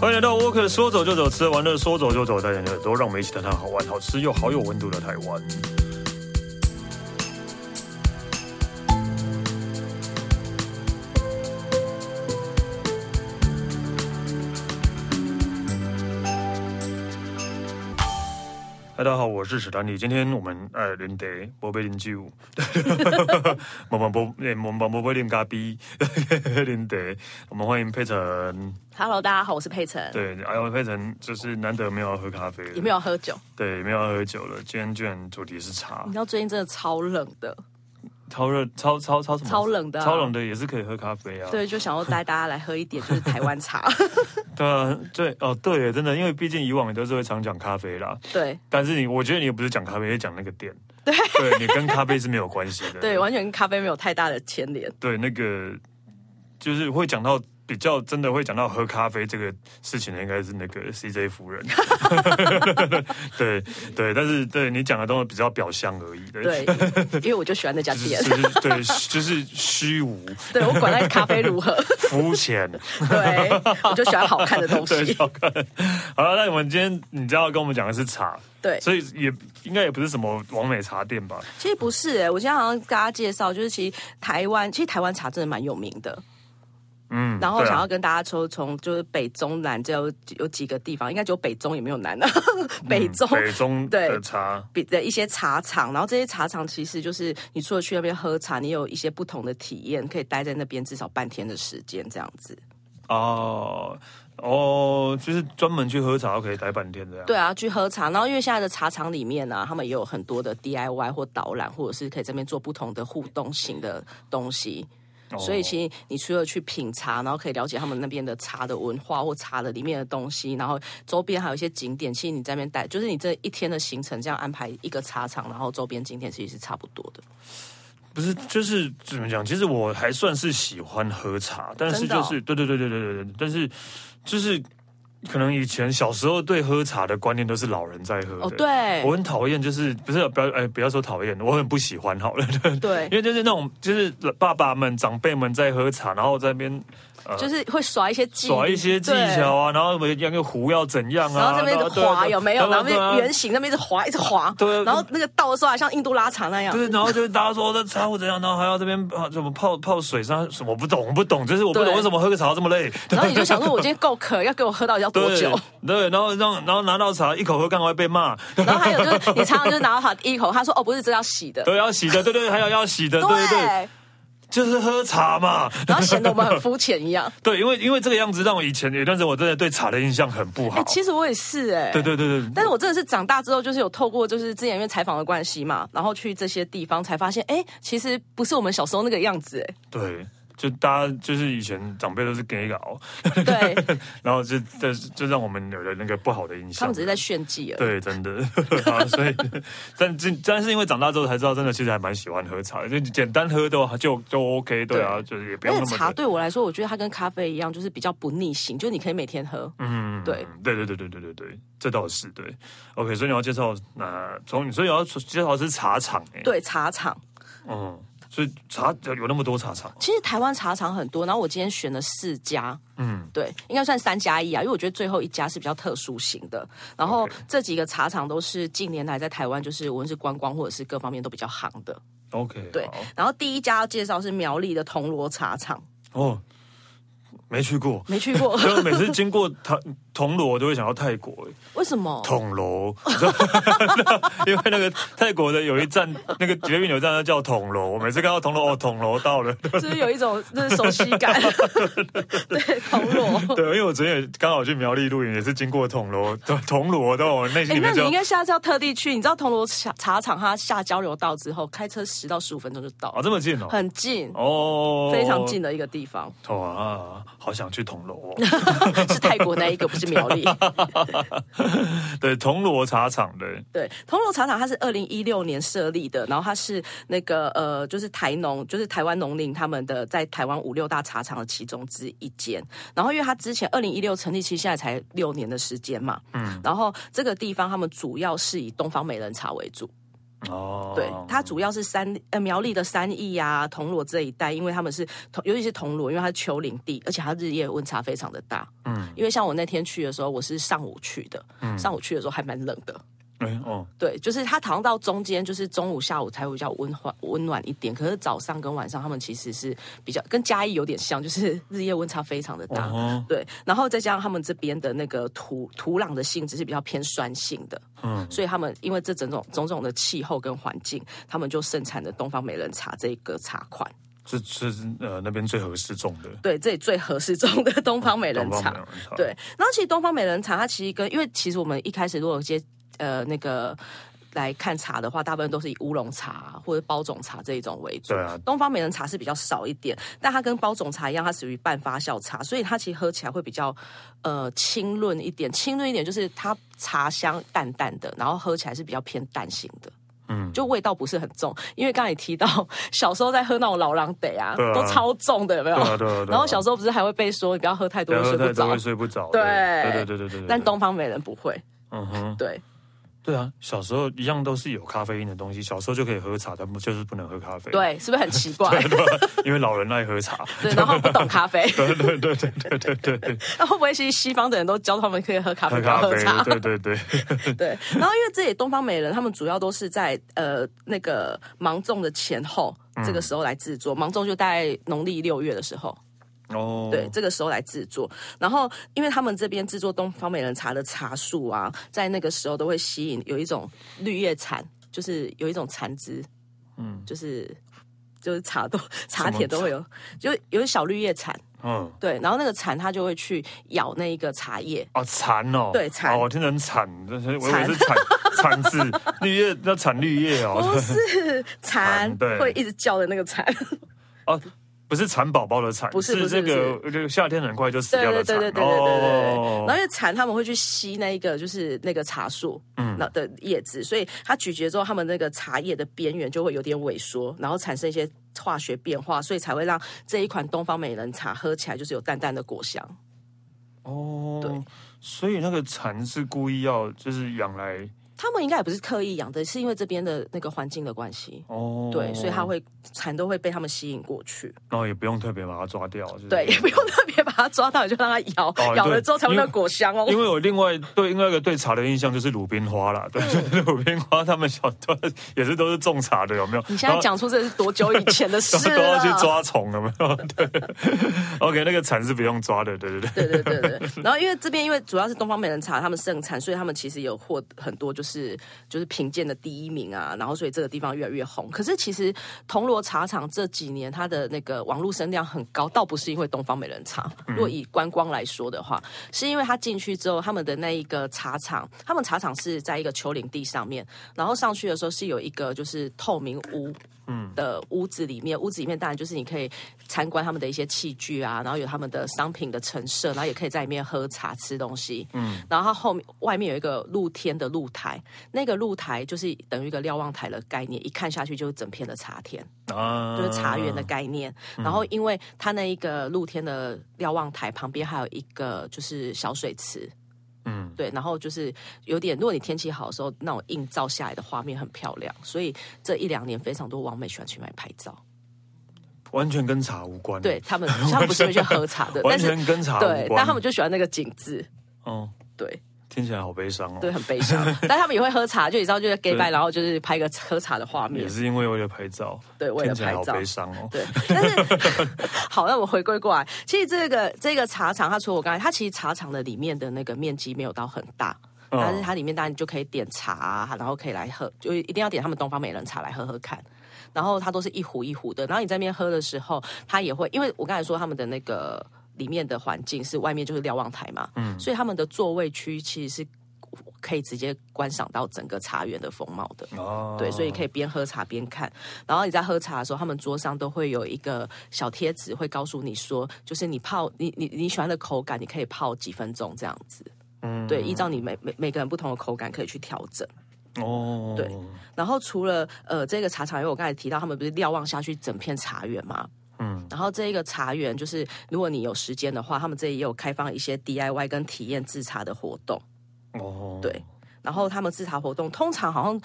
欢迎来到沃克，说走就走，吃完了说走就走，带着你的耳朵，让我们一起探探好玩、好吃又好有温度的台湾。嗨，大家好，我是史丹利。今天我们呃，林德波贝林酒， 我们波我们波波林咖啡， 林德，我们欢迎佩晨。 Hello，大家好，我是佩晨，对，哎呦，佩晨就是难得没有要喝咖啡了，也没有喝酒。对，没有要喝酒了。今天居然主题是茶你，知道最近真的超冷的，超热、超超超什么？超冷的啊超冷的也是可以喝咖啡啊。对，就想要带大家来喝 一点就是台湾茶。 对啊，对哦，对耶，真的，因为毕竟以往你都是会常讲咖啡啦，对但是你，我觉得你也不是讲咖啡，是讲那个店。对，对你跟咖啡是没有关系的。 对，完全跟咖啡没有太大的牵连。对，那个就是会讲到比较真的会讲到喝咖啡这个事情的，应该是那个 CJ 夫 人。 对对，但是对你讲的都是比较表象而已的。对，因为我就喜欢那家就 店是。就是对，就是虚无、对我管那咖啡 如何，肤浅。对我就喜欢 好看的 东对，西。好看。好了，那我们今天你知道跟我们讲的是茶，对，所以也应该也不是什么完美茶店吧？其实不是、欸，我今天好像跟大家介绍，就是其实台湾，其实台湾茶真的蛮有名的。嗯，然后对啊想要跟大家说，从就是北中南这有有几个地方，应该只有北中也没有南啊， 北中、嗯北中对的茶，比的一些茶厂，然后这些茶厂其实就是你除了去那边喝茶，你有一些不同的体验，可以待在那边至少半天的时间这样子。哦哦，就是专门去喝茶可以待半天这样。对啊，去喝茶，然后因为现在的茶厂里面呢、他们也有很多的 DIY 或导览，或者是可以这边做不同的互动型的东西。哦，所以其实你除了去品茶，然后可以了解他们那边的茶的文化或茶的里面的东西，然后周边还有一些景点，其实你在那边待，就是你这一天的行程这样安排一个茶厂，然后周边景点其实是差不多的。不是，就是怎么讲？其实我还算是喜欢喝茶，但是真的就哦是对对对对对对对，但是就是可能以前小时候对喝茶的观念都是老人在喝的。哦，对我，很讨厌，就是不是不要哎，不要说讨厌，我很不喜欢好了， 对因。为就是那种就是爸爸们长辈们在喝茶，然后在那边就是会耍一些技耍一些技对巧啊，然后那个壶要怎样啊，然后这边一直对啊滑对啊有没有？对啊然后那对啊边圆形那边一直滑，一直滑。对啊然后那个倒的时候还像印度拉茶那样就。是，然后就是大家说这茶壶怎样，然后还要这边啊什么泡泡水上什么，我不懂，我不懂，就是我不懂 对为什么喝个茶要这么累。 然后你就想说，我今天够渴，要给我喝到底要多对久？对，然后让然后拿到茶一口喝，刚好会被骂。 然后还有就是，你常常就是拿到它第一口，他说：“哦，不是，这要洗的。对，要洗的，对对，还有要洗 的，”对对对，就是喝茶嘛。 然后显得我们很肤浅一样。对，因为因为这个样子，让我以前有一段时间我真的对茶的印象很 不好。哎，其实我也是哎。对。对对对，但是我真的是长大之后，就是有透过就是之前因为采访的关系嘛，然后去这些地方才发现，哎，其实不是我们小时候那个样子，哎，对，就大家就是以前长辈都是给搞， 哎对然后就就就让我们有了那个不好的印象。他们只是在炫技而已。对，真的 啊，所以但这但是因为长大之后才知道，真的其实还蛮喜欢喝茶，就简单喝都就就 OK，对啊，就是也不用而那么且的茶对我来说，我觉得它跟咖啡一样，就是比较不逆行，就是你可以每天喝。嗯，对对对对对对对对，这倒是对。OK，所以你要介绍那从你所以你要介绍的是茶厂哎、欸，，对，茶厂嗯，所以茶有那么多茶厂，其实台湾茶厂很多，然后我今天选了四家，嗯，对，应该算三加一啊，因为我觉得最后一家是比较特殊型的。然后 OK 这几个茶厂都是近年来在台湾，就是无论是观光或者是各方面都比较行的。 OK，对好，然后第一家要介绍是苗栗的铜锣茶厂，哦，没去过。 没去过， 所以我每次经过铜铜锣，我都会想到泰国、欸。为什 么？铜锣，因为那个泰国的有一站，那个捷运有一站它叫铜锣，我每次看到铜锣，哦，铜锣到了。就是有一种就是熟悉感， 对，铜锣。对，因为我昨天也刚好去苗栗露营，也是经过铜锣，对铜锣到我内心哎、里那面你就应该下次要特地去。你知道铜锣茶茶厂，它下交流道之后，开车十到十五分钟就到啊，，这么近哦，很近，哦，非常近的一个 地方，哇，好想去铜锣哦。 是泰国那一个，不是苗栗。对，铜锣茶厂的，对，铜锣茶厂它是二零一六年设立的，然后它是那个呃，就是台农，就是台湾农林他们的在台湾五六大茶厂的其中之一间。然后因为它之前二零一六成立，其实现在才六年的时间嘛，嗯，然后这个地方他们主要是以东方美人茶为主。哦，对，它主要是三呃苗栗的三义啊、铜锣这一带，因为他们是铜，尤其是铜锣，因为它是丘陵地，而且它日夜温差非常的大。嗯，因为像我那天去的时候，我是上午去的，嗯上午去的时候还蛮冷的。哎哦，对，就是它好像到中间，就是中午、下午才会比较温缓、温暖一点。可是早上跟晚上，他们其实是比较跟嘉义有点像，就是日夜温差非常的大。哦，对，然后再加上他们这边的那个土土壤的性质是比较偏酸性的，嗯嗯，所以他们因为这种种种种的气候跟环境，他们就盛产的东方美人茶这个茶款，这这是呃那边最合适种的对，这里最合适种的东方美人东茶方美。人茶，对，然后其实东方美人茶它其实跟因为其实我们一开始如果接呃那个。来看茶的话，大部分都是以乌龙茶或者包种茶这一种为主。对啊东方美人茶是比较少一点，但它跟包种茶一样，它属于半发酵茶，所以它其实喝起来会比较呃清润一点。清润一点就是它茶香淡淡的，然后喝起来是比较偏淡型的。嗯就味道不是很重，因为刚才你提到 小时候在喝那种老狼得啊，对啊都超重的，有没有？对啊对啊对啊然后小时候不是还会被说你不要喝太多，对，啊会喝太睡不多着会。睡不着，对对对对对对对，但对东方美人不会。嗯哼，对，对啊，小时候一样都是有咖啡因的东西，小时候就可以喝茶，但不就是不能喝咖啡，对，是不是很奇怪？ 对吧，因为老人爱喝茶，对，然后不懂咖啡， 对对对对对对对对，那会不会是西方的人都教他们可以喝咖啡，喝不要咖喝茶？啡，对对对， 对，然后因为这里东方美人，他们主要都是在呃那个芒种的前后这嗯个时候来制作，芒种就在农历六月的时候，哦，对，这个时候来制作。然后因为他们这边制作东方美人茶的茶树啊，在那个时候都会吸引有一种绿叶蝉，就是有一种蝉枝，嗯嗯，就是就是茶都茶田都会有，就有一小绿叶蝉。嗯。对，然后那个蝉它就会去咬那一个茶叶，哦，蚕哦，对蚕哦，我听成惨，但是我以为蚕是蚕蚕字，绿叶那产绿叶不哦， 是蝉蝉对会一直叫的那个蝉，哦，不是蚕宝宝的蚕，不是不是这个这个夏天很快就死对掉对的对蚕，对对对对对。然后哦，因为蝉它们会去吸那一个就是那个茶树嗯那的叶子，所以它咀嚼之后，它们那个茶叶的边缘就会有点萎缩，然后产生一些化学变化，所以才会让这一款东方美人茶喝起来就是有淡淡的果香。哦对，所以那个蚕是故意要就是养来他们应该也不是刻意养的，是因为这边的那个环境的关系。哦，对，所以它，会蝉都会被它们吸引过去。然后也不用特别把它抓掉，就是对，也不用特别把它抓到，你就让它咬，嗯哦咬对了之后才会有果香哦。因为我另外对另外一个对茶的印象就是鲁冰花啦，对，就是嗯 鲁冰花他们小段也是都是种茶的，有没有？你现在然后讲出这是多久以前 的事都了？都要去抓虫，有没有？ 对，OK，那个蚕是不用抓的，对对对。对对对对，然后因为这边因为主要是东方美人茶他们盛产，所以他们其实有获很多就是就是评鉴的第一名啊，然后所以这个地方越来越红。可是其实铜锣茶厂这几年它的那个网络声量很高，倒不是因为东方美人茶，如果以观光来说的话，是因为它进去之后，他们的那一个茶厂，他们茶厂是在一个丘陵地上面，然后上去的时候是有一个就是透明屋，的屋子里面，屋子里面当然就是你可以参观他们的一些器具啊，然后有他们的商品的陈设，然后也可以在里面喝茶吃东西。嗯，然后它后面外面有一个露天的露台，那个露台就是等于一个瞭望台的概念，一看下去就是整片的茶田。啊就是茶园的概念。然后，因为它那一个露天的瞭望台旁边还有一个就是小水池，嗯嗯，对。然后就是有点，如果你天气好的时候，那种映照下来的画面很漂亮。所以这一两年非常多网美喜欢去买拍照，完全跟茶无关，，对，他们，他们不是会去喝茶的但完是全跟茶无关对，。但他们就喜欢那个景致，哦，对。听起来好悲伤哦。对，很悲 伤，但他们也会喝茶，就你知道，就是 gay 对 bye，然后就是拍个喝茶的画面也，是因为为了拍照，对，为听了起来拍好照悲。伤哦。对，但是好，那我回归过来，其实这个这个茶厂，它除了我刚才，它其实茶厂的里面的那个面积没有到很大。嗯但是它里面当然你就可以点茶、啊，然后可以来喝，就一定要点他们东方美人茶来喝喝看。然后它都是一壶一壶的，然后你在那边喝的时候，它也会，因为我刚才说他们的那个里面的环境是外面就是瞭望台嘛，嗯，所以他们的座位区其实是可以直接观赏到整个茶园的风貌的。哦，对，所以可以边喝茶边看。然后你在喝茶的时候，他们桌上都会有一个小贴纸，会告诉你说，就是你泡你你你喜欢的口感，你可以泡几分钟这样子。嗯对，依照你每每每个人不同的口感可以去调整。哦，对然后除了呃这个茶厂，因为我刚才提到他们不是瞭望下去整片茶园嘛，嗯嗯，然后这一个茶园就是如果你有时间的话，他们这里也有开放一些 DIY 跟体验制茶的活动。哦，对，然后他们制茶活动通常好像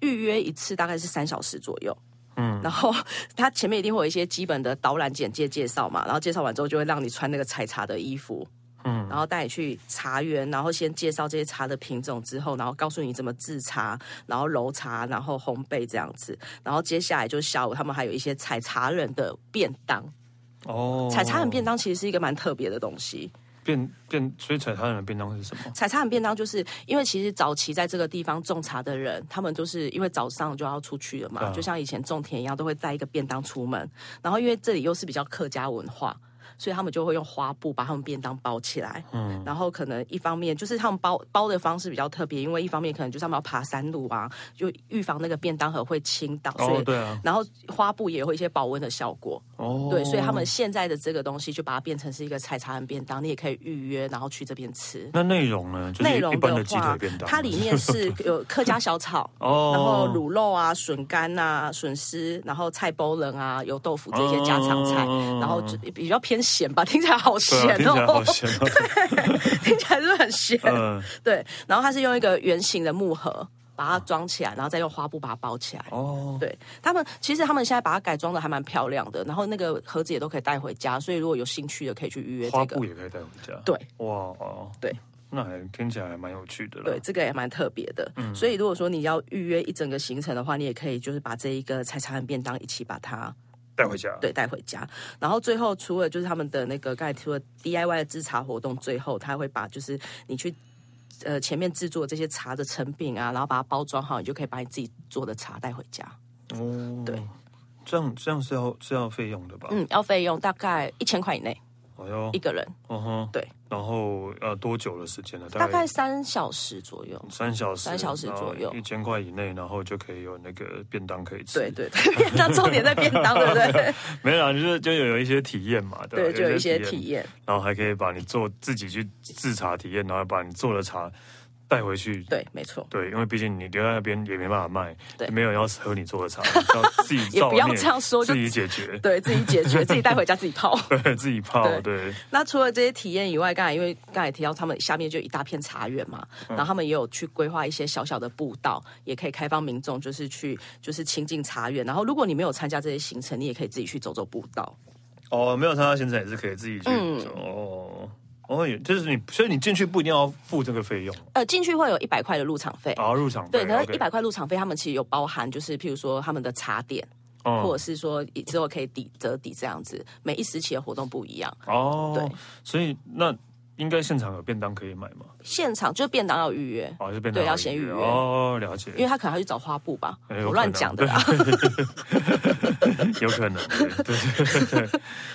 预约一次大概是三小时左右。嗯，然后它前面一定会有一些基本的导览、简介、介绍嘛，然后介绍完之后就会让你穿那个采茶的衣服，嗯，然后带你去茶园，然后先介绍这些茶的品种之后，然后告诉你怎么制茶，然后揉茶，然后烘焙这样子，然后接下来就是下午他们还有一些采茶人的便当，哦，采茶人便当其实是一个蛮特别的东西，变变，所以采茶人的便当是什么？采茶很便当，就是因为其实早期在这个地方种茶的人，他们就是因为早上就要出去了嘛，啊就像以前种田一样，都会带一个便当出门。然后因为这里又是比较客家文化。所以他们就会用花布把他们便当包起来，嗯，然后可能一方面就是他们包包的方式比较特别，因为一方面可能就是他们要爬山路啊，就预防那个便当盒会倾倒，所以、哦，对啊，然后花布也会一些保温的效果，哦，对，所以他们现在的这个东西就把它变成是一个采茶人便当，你也可以预约，然后去这边吃。那内容呢？就是内一容般的鸡话腿便，当，，它里面是有客家小炒 哦，然后卤肉啊、笋干啊、笋丝，然后菜包人啊、油豆腐这些家常菜，哦然后就比较偏咸吧，听起来好对啊咸听起来好 哦，咸哦，听起来是不是很咸？嗯， 对，然后它是用一个圆形的木盒把它装起来，然后再用花布把它包起来。哦，对他们，其实他们现在把它改装的还蛮漂亮的，然后那个盒子也都可以带回家，所以如果有兴趣的可以去预约花这个布。也可以带回家，对，哇哦，对，那还听起来还蛮有趣的啦，对，这个也蛮特别的。所以如果说你要预约一整个行程的话，你也可以就是把这一个采茶和便当一起把它带回家，对带回家。然后最后除了就是他们的那个刚才说 DIY 的制茶活动，最后他会把就是你去。呃，前面制作这些茶的成品啊，然后把它包装好，你就可以把你自己做的茶带回家。哦，对，这样这样是要是要费用的吧？嗯，要费用大概一千块以内哎呦一，个人，嗯哼，对，然后呃多久的时间呢？大概三小时左右。三小时，三小时左右一千块以内，然后就可以有那个便当可以吃。对，对对，便当重点在便当，对不对？ 没有啦，啊就是就有有一些体验嘛，吧 对，就有一些验体验。然后还可以把你做自己去制茶体验，然后把你做的茶带回去。对，没错。对，因为毕竟你留在那边也没办法卖，对没有人要喝你做的茶，要自己 也造不要孽这样说就自己解 决，对自己解决，自己带回家自 己泡。对，自己泡，对对，那除了这些体验以外，刚才因为刚才提到他们下面就一大片茶园嘛，嗯然后他们也有去规划一些小小的步道，也可以开放民众就是去就是亲近茶园。然后如果你没有参加这些行程，你也可以自己去走走步道。哦，没有参加行程也是可以自己去、嗯哦。哦，也就是你，所以你进去不一定要付这个费用，呃，进去会有一百块的入场费。然后入场费对，可是哦 OK 一百块入场费，他们其实有包含，就是譬如说他们的茶点，嗯或者是说以之后可以抵折抵这样子，每一时期的活动不一样。哦，对，所以那应该现场有便当可以买吗？现场就是便当要预约，哦，是便当对要先预约哦，了解，因为他可能要去找花布吧，哎有我可乱能讲的啦。有可能，对 对对对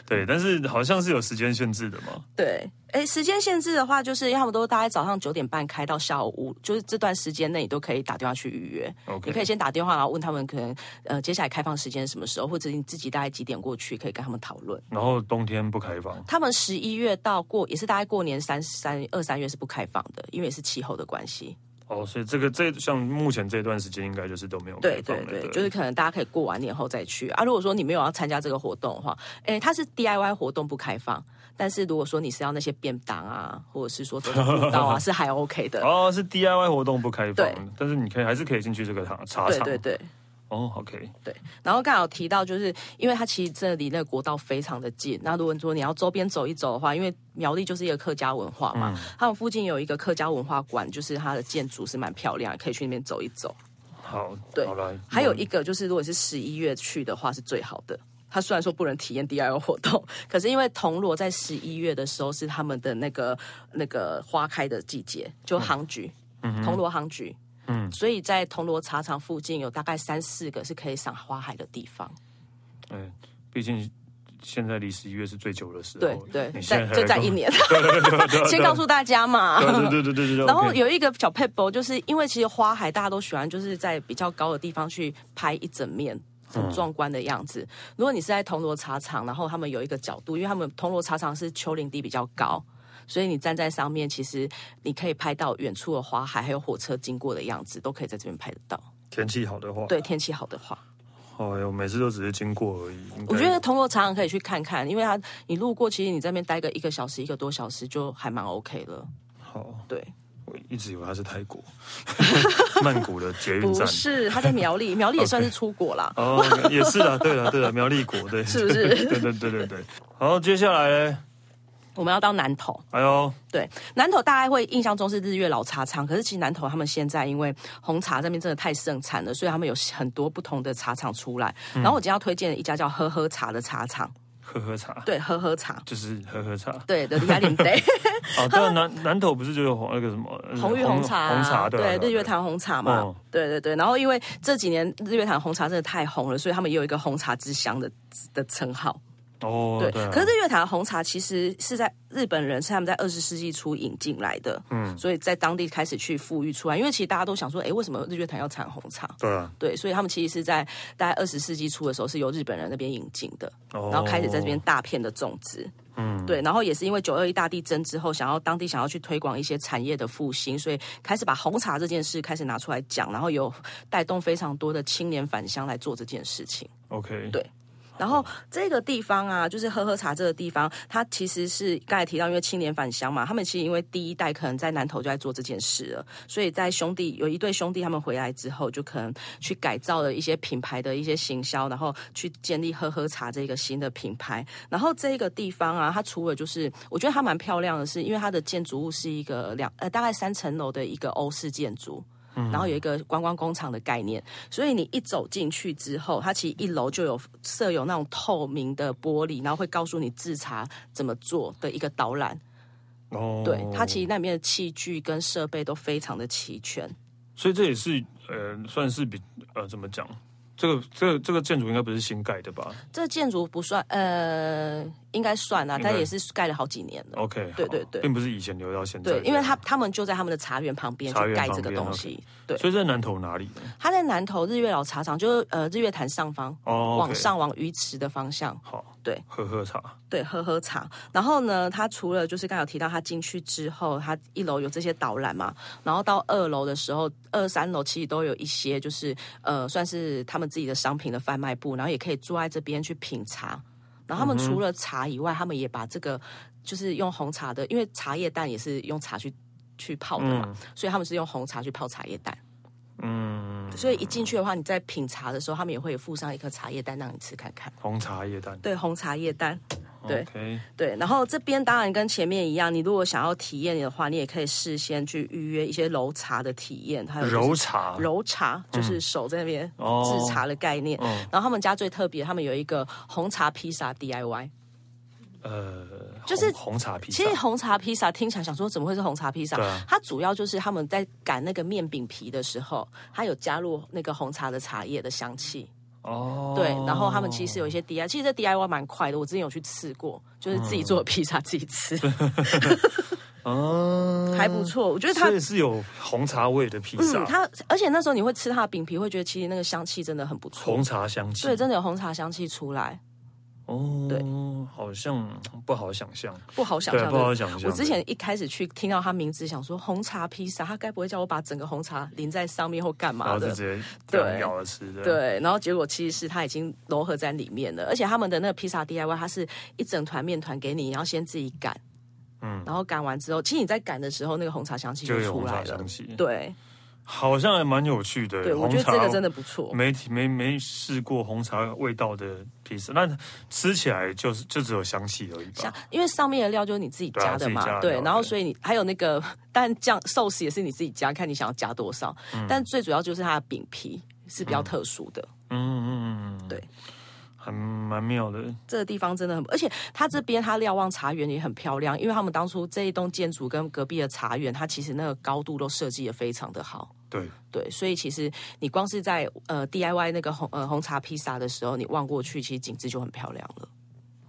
对，但是好像是有时间限制的嘛，对，哎，时间限制的话，就是因为他们都大概早上九点半开到下午五，就是这段时间内你都可以打电话去预约。 OK 你可以先打电话，然后问他们可能呃接下来开放时间是什么时候，或者你自己大概几点过去，可以跟他们讨论。然后冬天不开放，他们十一月到过也是大概过年三三二三月是不开放的，因为也是气候的关系。哦，所以这个这像目前这段时间应该就是都没有对开放对了对，就是可能大家可以过完年后再去啊。如果说你没有要参加这个活动的话，哎，它是 DIY 活动不开放，但是如果说你是要那些便当啊，或者是说走走步道 啊，是还 OK 的。哦，是 DIY 活动不开放对，但是你可以还是可以进去这个茶茶对厂，对对。哦，OK，对，然后刚好提到，就是因为它其实真的离那个国道非常的近。那如果说你要周边走一走的话，因为苗栗就是一个客家文化嘛，他们附近有一个客家文化馆，就是它的建筑是蛮漂亮的，可以去那边走一走。好，对好来，还有一个就是，如果是十一月去的话是最好的。它虽然说不能体验 DIY 活动，可是因为铜锣在十一月的时候是他们的那个那个花开的季节，嗯就杭菊，铜锣杭菊。嗯，所以在铜锣茶厂附近有大概三四个是可以赏花海的地方。嗯，毕竟现在离十一月是最久的时候，对对，你现在在还就在跟我一 年， 先告诉大家嘛。对对对对对对对。 然后 OK 有一个小 p e b l 就是因为其实花海大家都喜欢，就是在比较高的地方去拍一整面。嗯很壮观的样子。如果你是在铜锣茶厂，然后他们有一个角度，因为他们铜锣茶厂是丘陵地比较高，所以你站在上面，其实你可以拍到远处的花海，还有火车经过的样子，都可以在这边拍得到。天气好的话，对，天气好的话。哎呦，每次都只是经过而已。应该我觉得铜锣茶厂可以去看看，因为它你路过，其实你在那边待个一个小时、一个多小时就还蛮 OK 了。好，对，我一直以为它是泰国 曼谷的捷运不站。是，他在苗栗，苗栗也算是出国啦。嗯 哦，也是啦，对啦，对啦，苗栗国，对，是不是 对对对对对。好，接下来呢？我们要到南投，哎呦，对，南投大家会印象中是日月老茶厂，可是其实南投他们现在因为红茶这边真的太盛产了，所以他们有很多不同的茶厂出来。然后我今天要推荐的一家叫喝喝茶的茶厂，喝喝茶，对，喝喝茶。就是喝喝茶。对的，李亚 林杯啊，对啊，南南投不是就有红那个什么呃红玉红茶啊，红茶对啊对，日月。啊潭红茶嘛嗯，对对对。然后因为这几年日月潭红茶真的太红了，所以他们也有一个红茶之乡的的称号。啊哦，对，对啊。可是日月潭的红茶其实是在日本人是他们在二十世纪初引进来的，嗯，所以在当地开始去富裕出来。因为其实大家都想说，哎诶，为什么日月潭要产红茶？对啊，对，所以他们其实是在大概二十世纪初的时候是由日本人那边引进的，哦然后开始在这边大片的种植。嗯，对，然后也是因为九二一大地震之后，想要当地想要去推广一些产业的复兴，所以开始把红茶这件事开始拿出来讲，然后有带动非常多的青年返乡来做这件事情。 OK，对然后这个地方啊，就是喝喝茶这个地方，它其实是刚才提到，因为青年返乡嘛，他们其实因为第一代可能在南投就在做这件事了，所以在兄弟有一对兄弟他们回来之后，就可能去改造了一些品牌的一些行销，然后去建立喝喝茶这个新的品牌。然后这个地方啊，它除了就是我觉得它蛮漂亮的是，因为它的建筑物是一个两呃大概三层楼的一个欧式建筑。然后有一个观光工厂的概念，所以你一走进去之后，它其实一楼就有设有那种透明的玻璃，然后会告诉你制茶怎么做的一个导览。哦，对，它其实那边的器具跟设备都非常的齐全。所以这也是呃，算是比呃怎么讲，这个这个这个建筑应该不是新盖的吧这建筑不算，呃，应该算啦，应该但也是盖了好几年了。 ？OK，对好对对并不是以前留到现在这对样，，因为他他们就在他们的茶园旁边茶去园盖这个旁边东，OK 西。对所以在南投哪里呢？它在南投日月老茶厂，就是呃日月潭上方，哦，OK 往上往鱼池的方向。好，对，喝喝茶，对，喝喝茶。然后呢，他除了就是刚才有提到，他进去之后，他一楼有这些导览嘛，然后到二楼的时候，二三楼其实都有一些就是呃，算是他们自己的商品的贩卖部，然后也可以坐在这边去品茶。然后他们除了茶以外，他们也把这个就是用红茶的，因为茶叶蛋也是用茶去去泡的嘛，所以他们是用红茶去泡茶叶蛋。嗯，所以一进去的话，你在品茶的时候，他们也会附上一颗茶叶蛋让你吃看看。红茶叶蛋，对，红茶叶蛋。对，OK，对，然后这边当然跟前面一样，你如果想要体验的话，你也可以事先去预约一些揉茶的体验，还有就是柔茶，嗯揉茶，就是手在那边哦制茶的概念。嗯然后他们家最特别，他们有一个红茶披萨 DIY。呃，就是红红茶披其萨实，红茶披萨听起来想说怎么会是红茶披萨对啊？它主要就是他们在擀那个面饼皮的时候，它有加入那个红茶的茶叶的香气。哦，对，然后他们其实有一些 DIY，其实这 DIY 蛮快的，我之前有去吃过，就是自己做的披萨自己吃，啊还不，错。我觉得它所以是有红茶味的披萨嗯，，它而且那时候你会吃它的饼皮，会觉得其实那个香气真的很不错红，茶香气，对，真的有红茶香气出来，哦，对，好像不好想象，不好想对，象。不好对想象。我之前一开始去听到它名字，想说红茶披萨，它该不会叫我把整个红茶淋在上面或干然嘛后就的？直接哦这样对咬着吃的，，对，然后结果其实是它已经融合在里面了，而且他们的那个披萨 DIY，它是一整团面团给你，然后先自己擀，嗯，然后擀完之后，其实你在擀的时候，那个红茶香气就就有出红来茶了香，气，对好像还蛮有趣的。对，我红觉得茶这个真的不错，没体没没试过红茶味道的披萨，那吃起来就是就只有香气而已吧像。因为上面的料就是你自己加的嘛，啊对啊自己加的料对，然后对所以你还有那个，但酱寿司也是你自己加，看你想要加多少。嗯但最主要就是它的饼皮是比较特殊的，嗯嗯嗯嗯，对，还蛮妙的。这个地方真的很，而且它这边它瞭望茶园也很漂亮，因为他们当初这一栋建筑跟隔壁的茶园，它其实那个高度都设计的非常的好。对，对，所以其实你光是在呃 DIY 那个红呃红茶披萨的时候，你望过去，其实景致就很漂亮了。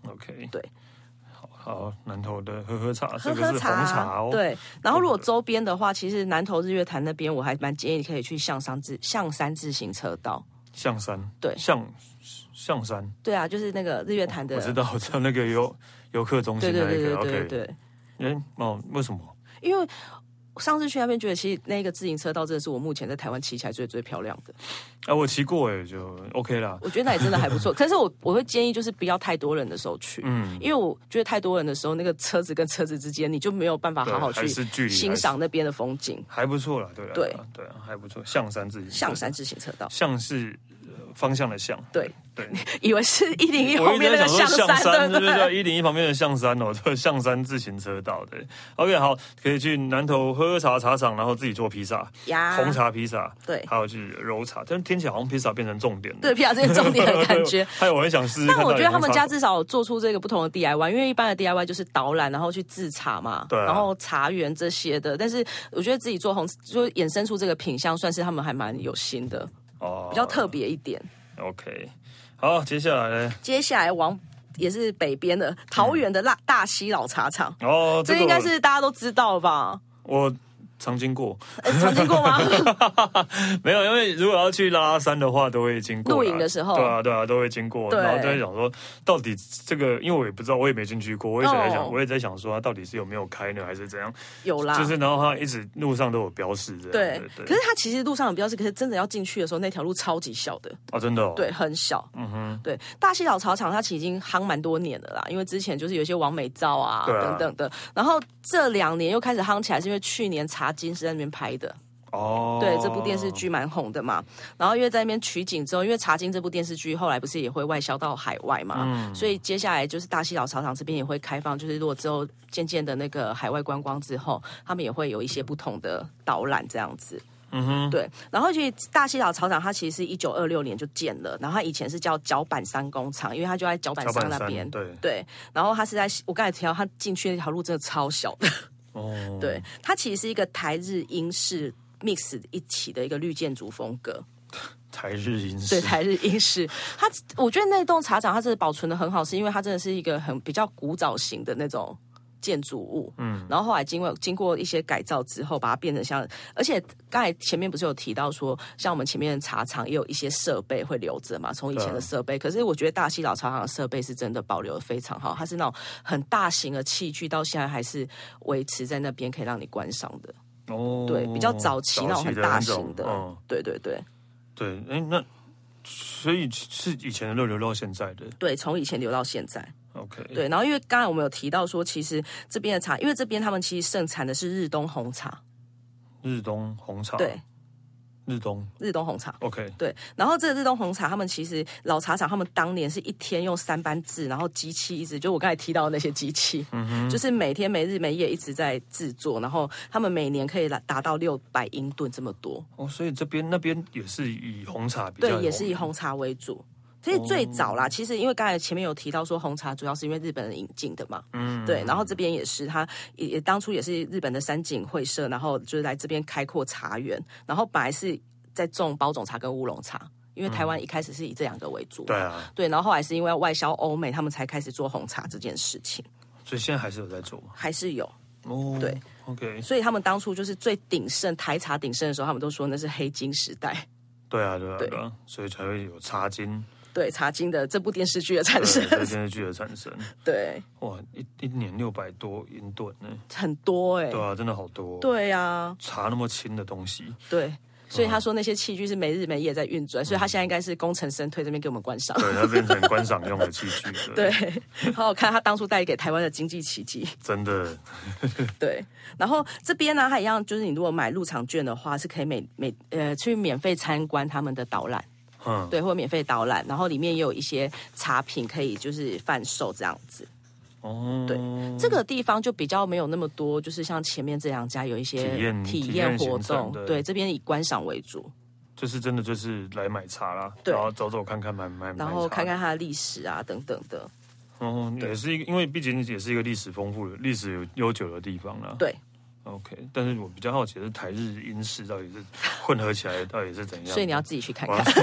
OK，对，好，好，南投的喝喝茶，喝这个喝是红茶，茶哦，，对。然后如果周边的话，其实南投日月潭那边，我还蛮建议你可以去象山自象山自行车道。象山，对象象山，对啊，就是那个日月潭的，我知道， 我知道那个游游客中对心对那一对个对对，OK，对，哎，哦，为什么？因为。上次去那边觉得，其实那个自行车道真的是我目前在台湾骑起来最最漂亮的。哎、我骑过哎，就 OK 啦。我觉得那里真的还不 错。但是我我会建议就是不要太多人的时候去，嗯，因为我觉得太多人的时候，那个车子跟车子之间你就没有办法对好好去还是距离还是欣赏那边的风景。还不错啦，对啦，对啦对啊，还不错。象山自己象山自行车道，象是呃方向的象，对对。以为是一零一我后一面直那在个想说象象山，对对不对对，对？一零一旁边的象山哦， 对，象山自行车道，对。OK，好，可以去南头喝喝茶茶厂，然后自己做披萨，呀红茶披萨，啊对还有去揉茶，但是听起来好像披萨变成重点了，。对，皮亚这些重点的感觉 还有我很想试试看但到我底红茶口。觉得他们家至少有做出这个不同的 DIY，因为一般的 DIY 就是导览，然后去制茶嘛，对啊然后茶园这些的。但是我觉得自己做红，就衍生出这个品相，算是他们还蛮有心的，哦比较特别一点。 OK，好，接下来呢？接下来往也是北边的桃园的大大溪老茶厂，哦，这个应该是大家都知道 吧？我常经过，呃曾经过 吗？没有，因为如果要去拉拉山的话，都会经过啦露营的时候对啊，对啊，都会经过，对然后都在想说，到底这个，因为我也不知道，我也没进去过，我一直在想，哦我也在想说，它到底是有没有开呢，还是怎样？有啦，就是然后它一直路上都有标示这样，对，可对是，它其实路上有标志，可是真的要进去的时候，那条路超级小的，哦，真的、哦，对，，很小。嗯哼，对，大溪老草场它其实已经夯蛮多年的啦，因为之前就是有一些王美照啊对啊等等的，然后这两年又开始夯起来，是因为去年茶金是在那边拍的，哦，对，这部电视剧蛮红的嘛。然后因为在那边取景之后，因为茶金这部电视剧后来不是也会外销到海外嘛，嗯所以接下来就是大溪老草场这边也会开放，就是如果之后渐渐的那个海外观光之后，他们也会有一些不同的导览这样子。嗯哼，对，然后其实大溪老草场它其实是一九二六年就建了，然后它以前是叫脚板山工厂，因为它就在脚板小山板那山边。对，对，然后它是在我刚才提到，它进去那条路真的超小的。哦，对，它其实是一个台日英式 mix 一起的一个绿建筑风格。台日饮食，对，台日英式，它我觉得那栋茶厂它真的保存的很好，是因为它真的是一个很比较古早型的那种。建筑物，嗯，然后后来经过经过一些改造之后，把它变成像，而且刚才前面不是有提到说，像我们前面的茶厂也有一些设备会留着嘛，从以前对的啊设备，可是我觉得大溪老茶厂的设备是真的保留的非常好，它是那种很大型的器具，到现在还是维持在那边可以让你观赏的，哦，对，比较早期那种很的大那种型的，嗯，对对对对，哎，那所以是以前的热流到现在的对，从以前留到现在。 ，OK，对，然后因为刚才我们有提到说，其实这边的茶，因为这边他们其实盛产的是日东红茶，日东红茶，对，，日东日东红茶。 ，OK，对，然后这个日东红茶，他们其实老茶厂，他们当年是一天用三班制，然后机器一直就我刚才提到的那些机器，嗯就是每天没日没夜一直在制作，然后他们每年可以达达到六百英吨这么多，哦，所以这边那边也是以红茶比较有哦对，也是以红茶为主。其实最早啦，其实因为刚才前面有提到说红茶主要是因为日本人引进的嘛，嗯，对，然后这边也是，它也也当初也是日本的三井会社，然后就是来这边开阔茶园，然后本来是在种包种茶跟乌龙茶，因为台湾一开始是以这两个为主，嗯对啊，对，然后后来是因为外销欧美，他们才开始做红茶这件事情，所以现在还是有在做嘛，还是有，哦，对，OK，所以他们当初就是最鼎盛台茶鼎盛的时候，他们都说那是黑金时代，对啊，对啊，对对啊，所以才会有茶金，对茶经的这部电视剧的 产对，生所，以电视剧的产生， 对，哇，一一年六百多英吨呢，很多哎、对啊，真的好多，，对啊，茶那么轻的东西，对，所嗯以他说那些器具是没日没夜在运转，所以他现在应该是功成身退，这边给我们观赏。对，它变成观赏用的器具了， 对，好好看他当初带给台湾的经济奇迹。真的，对，然后这边呢，它一样就是你如果买入场券的话，是可以每每呃去免费参观他们的导览，嗯，对，或免费导览，然后里面也有一些茶品可以就是贩售这样子。哦，对这个地方就比较没有那么多，就是像前面这两家有一些体验体体验验活行程动，对对，这边以观赏为主。就是真的就是来买茶啦，对然后走走看看买买，买然后茶看看它的历史啊等等的。哦，也是一个，因为毕竟也是一个历史丰富的、历史有悠久的地方啦。对，OK。但是我比较好奇的是台日英式到底是混合起来到底是怎样？所以你要自己去看我要看，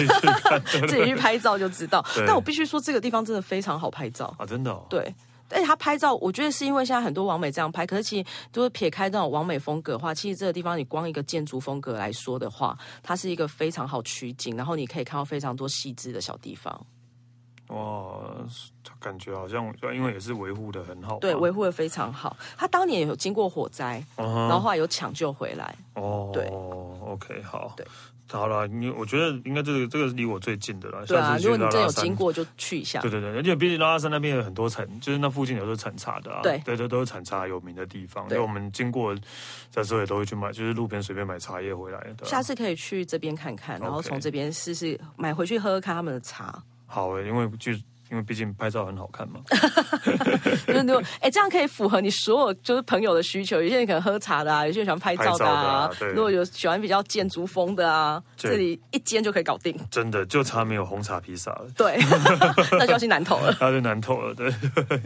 自 己去看自己去拍照就知道。对 但我必须说，这个地方真的非常好拍照。啊，真的、哦。对，而且他拍照，我觉得是因为现在很多网美这样拍，可是其实就是撇开那种网美风格的话，其实这个地方你光一个建筑风格来说的话，它是一个非常好取景，然后你可以看到非常多细致的小地方。哇，他感觉好像因为也是维护的很好吧，对，维护的非常好。他当年有经过火灾，嗯然后哼，后来有抢救回来。哦，对，OK，好，对，好了，你我觉得应该这个这个是离我最近的了，对下啊，次去如果你拉真拉有山经过，就去一下。对对对，而且毕竟拉拉山那边有很多产，就是那附近有时候产茶的啊，对对对，都是产茶有名的地方。所对以我们经过的时候也都会去买，就是路边随便买茶叶回来的。啊下次可以去这边看看，然后 OK 从这边试试买回去喝喝看他们的茶。好欸，因为就因为毕竟拍照很好看嘛。 就是如果哎，这样可以符合你所有就是朋友的需求。有些人可能喝茶的啊，有些人喜欢拍照拍的啊照的啊对。如果有喜欢比较建筑风的啊，对这里一间就可以搞定。真的，就差没有红茶披萨了， 对，那就要去南投 了。那就难透了。对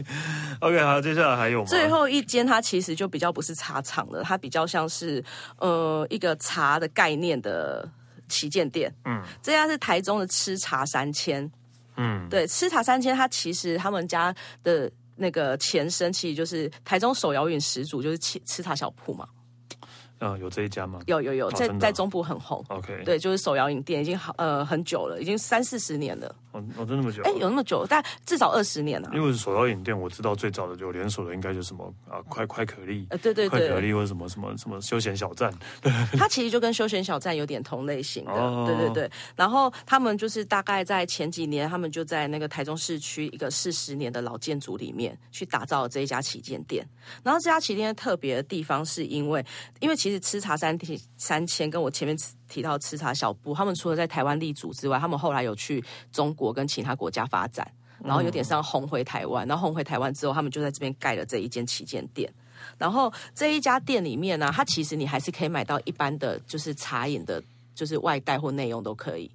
，OK，好，接下来还有吗？最后一间它其实就比较不是茶厂了，它比较像是呃一个茶的概念的旗舰店。嗯，这家是台中的吃茶三千。嗯，对，吃茶三千，它其实他们家的那个前身其实就是台中手摇饮始祖，就是吃吃茶小铺嘛。啊，有这一家吗有有有，哦在、真的啊在中部很红。 ？OK，，对，就是手摇饮店已经好呃很久了，已经三四十年了，我我真的不觉哎，得。有那么久，但至少二十年了、啊。因为手摇饮店，我知道最早的有连锁的，应该就是什么啊，快快可丽，嗯呃，对对快可对，丽或者什么什么什么休闲小站，它其实就跟休闲小站有点同类型的，哦对对对。然后他们就是大概在前几年，他们就在那个台中市区一个四十年的老建筑里面去打造了这一家旗舰店。然后这家旗舰店特别的地方是因为，因为其实吃茶三提三千跟我前面提到吃茶小布，他们除了在台湾立足之外，他们后来有去中国跟其他国家发展。然后有点像红回台湾，然后红回台湾之后，他们就在这边盖了这一间旗舰店。然后这一家店里面呢、它其实你还是可以买到一般的，就是茶饮的，就是外带或内用都可以。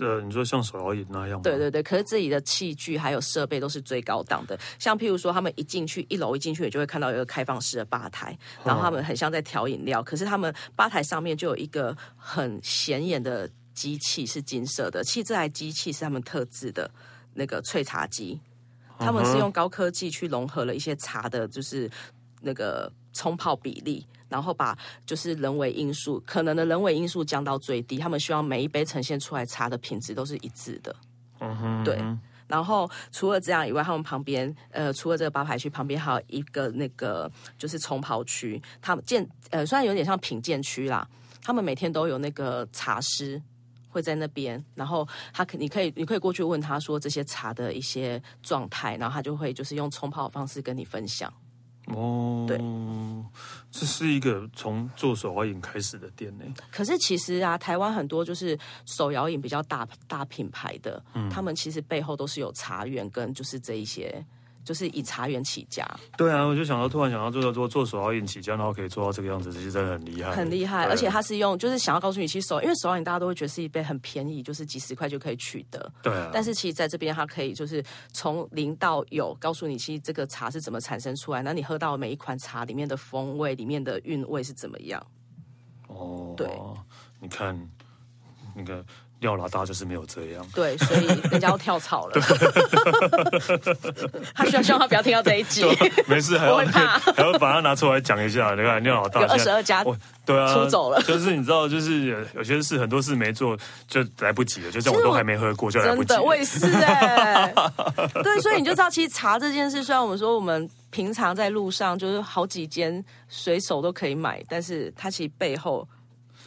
呃，你说像手摇饮那样吗？对对对，可是自己的器具还有设备都是最高档的。像譬如说，他们一进去一楼一进去，你就会看到有一个开放式的吧台，然后他们很像在调饮料，可是他们吧台上面就有一个很显眼的机器是金色的，其实这台机器是他们特制的那个萃茶机，他们是用高科技去融合了一些茶的，就是那个冲泡比例。然后把就是人为因素可能的人为因素降到最低，他们希望每一杯呈现出来茶的品质都是一致的。嗯哼，对然后除了这样以外，他们旁边呃，除了这个八排区旁边还有一个那个就是冲泡区，他们建呃虽然有点像品鉴区啦，他们每天都有那个茶师。会在那边，然后他可你可以你可以过去问他说这些茶的一些状态，然后他就会就是用冲泡的方式跟你分享。哦，对，这是一个从做手摇饮开始的店呢、可是其实啊，台湾很多就是手摇饮比较大大品牌的，他们其实背后都是有茶园跟就是这一些，就是以茶园起家。对啊，我就想到突然想到做做做手摇饮起家，然后可以做到这个样子，其实真的很厉害，很厉害，对啊而且它是用，就是想要告诉你，其实手，因为手摇饮大家都会觉得是一杯很便宜，就是几十块就可以取得。对啊，但是其实在这边，它可以就是从零到有，告诉你其实这个茶是怎么产生出来，那你喝到每一款茶里面的风味、里面的韵味是怎么 样。哦，对，你看那个廖老大就是没有这 样。对，所以人家要跳槽了。 他希望希望他不要听到这一集。没事，还我要会怕 还要把它拿出来讲一下。你看廖老大有现在22家我对啊，出走了就是你知道，就是有有些事很多事没做就来不及了，就像我其实都我还没喝过就来不真及了的，我也是哎、 对，所以你就知道，其实茶这件事，虽然我们说我们平常在路上就是好几间随手都可以买，但是它其实背后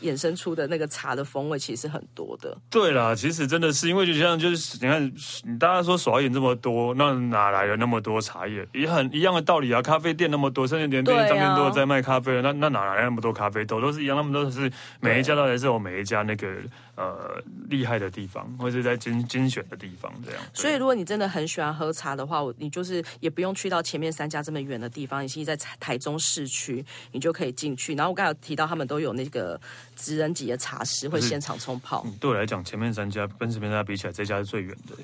衍生出的那个茶的风味其实是很多的。对啦，其实真的是因为就像就是你看，你大家说手摇饮这么多，那哪来的那么多茶叶？也很一样的道理啊。咖啡店那么多，甚至连便利商对啊店都有在卖咖啡了，那那哪来那么多咖啡豆？都是一样，他们都是每一家都还是有每一家那个呃厉害的地方，或者是在精精选的地方这样。对所以，如果你真的很喜欢喝茶的话，我你就是也不用去到前面三家这么远的地方，你其实在台台中市区，你就可以进去。然后我刚才有提到，他们都有那个职人级的茶师会是现场冲泡。 对我来讲，前面三家跟前面三家比起来，这家是最远的。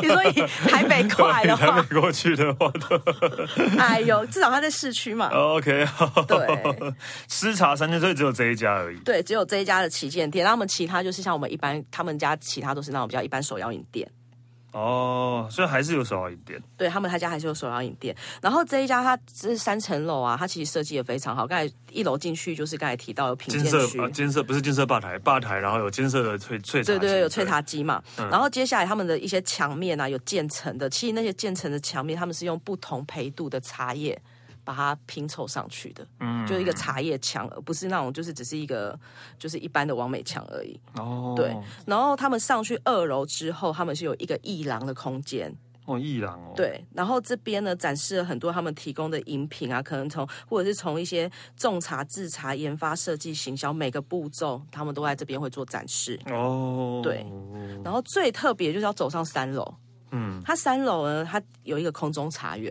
你说以台北 快的台 话，北过去的话 都哎呦，至少他在市区嘛。 ，OK，好对， 吃茶三千岁只有这一家而已。对，只有这一家的旗舰店，那他们其他就是像我们一般，他们家其他都是那种比较一般手摇饮店。哦，所以还是有手摇饮店。对他们他家还是有手摇饮店，然后这一家它这是三层楼啊，它其实设计也非常好。刚才一楼进去就是刚才提到有品金鉴色区，啊，金色不是金色吧台，吧台然后有金色的翠翠茶嗯对机，对对，有翠茶机嘛。然后接下来他们的一些墙面啊，有渐层的，其实那些渐层的墙面，他们是用不同培度的茶叶。把它拼凑上去的，嗯，就是一个茶叶墙，而不是那种就是只是一个就是一般的完美墙而已。哦，对，然后他们上去二楼之后，他们是有一个艺廊的空间，哦，艺廊哦，，对，然后这边呢展示了很多他们提供的饮品啊，可能从或者是从一些种茶、制茶、研发、设计、行销每个步骤，他们都在这边会做展示。哦，对然后最特别就是要走上三楼，嗯，它三楼呢，它有一个空中茶园，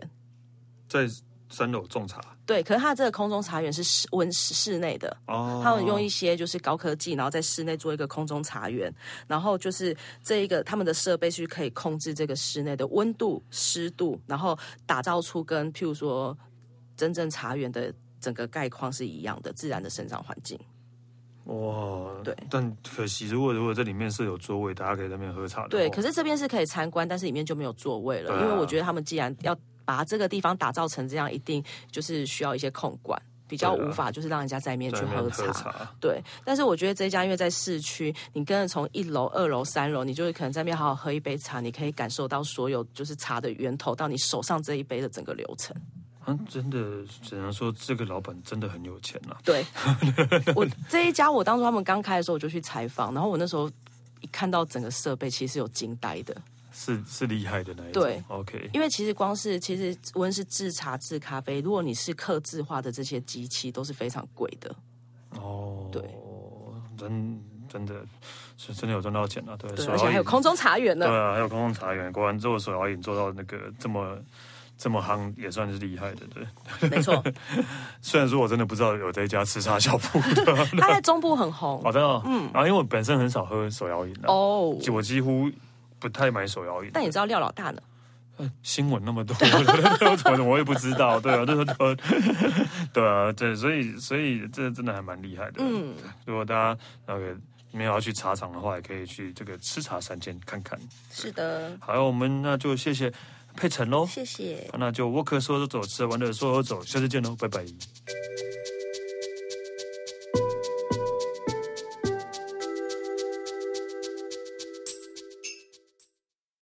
在三楼种茶对，可是它这个空中茶园是室温室室内的，哦，他们用一些就是高科技，然后在室内做一个空中茶园，然后就是这一个他们的设备是可以控制这个室内的温度、湿度，然后打造出跟譬如说真正茶园的整个概况是一样的自然的生长环境。哦哇，对但可惜如果如果这里面是有座位，大家可以在那边喝茶的，对，可。是这边是可以参观，但是里面就没有座位了，对啊因为我觉得他们既然要把这个地方打造成这样，一定就是需要一些控管。比较对啊无法就是让人家在里面在去那边喝喝茶，茶，对，但是我觉得这一家因为在市区，你跟着从一楼、二楼、三楼，你就是可能在那边好好喝一杯茶，你可以感受到所有就是茶的源头到你手上这一杯的整个流程。嗯，真的只能说这个老板真的很有钱呐、啊对，我这一家我当初他们刚开的时候我就去采访，然后我那时候一看到整个设备，其实是有惊呆的，是是厉害的那一种。对，OK，因为其实光是其实无论是制茶、制咖啡，如果你是刻制化的这些机器，都是非常贵的。哦，对，真真的是真的有赚到钱了、啊，对，对，手而且摇还有饮空中茶园呢对。啊，还有公共茶园，果然做手摇饮做到那个这么这么夯，也算是厉害的。对，没错，虽然说我真的不知道有这一家吃茶小铺的， 它在中部 很红好的、哦，嗯，然后因为我本身很少喝手摇饮的，哦。就我几乎不太买手摇饮。但你知道廖老大呢？新 闻那么多，我怎么我也不知道，对啊，那时候对啊，对，所以所以这真的还蛮厉害的。嗯，如果大家那个没有要去茶厂的话，也可以去这个吃茶三间看看。是的，好，我们那就谢谢佩晨喽。谢谢。那就沃克说走走，吃完的说走走，下次见喽，拜拜。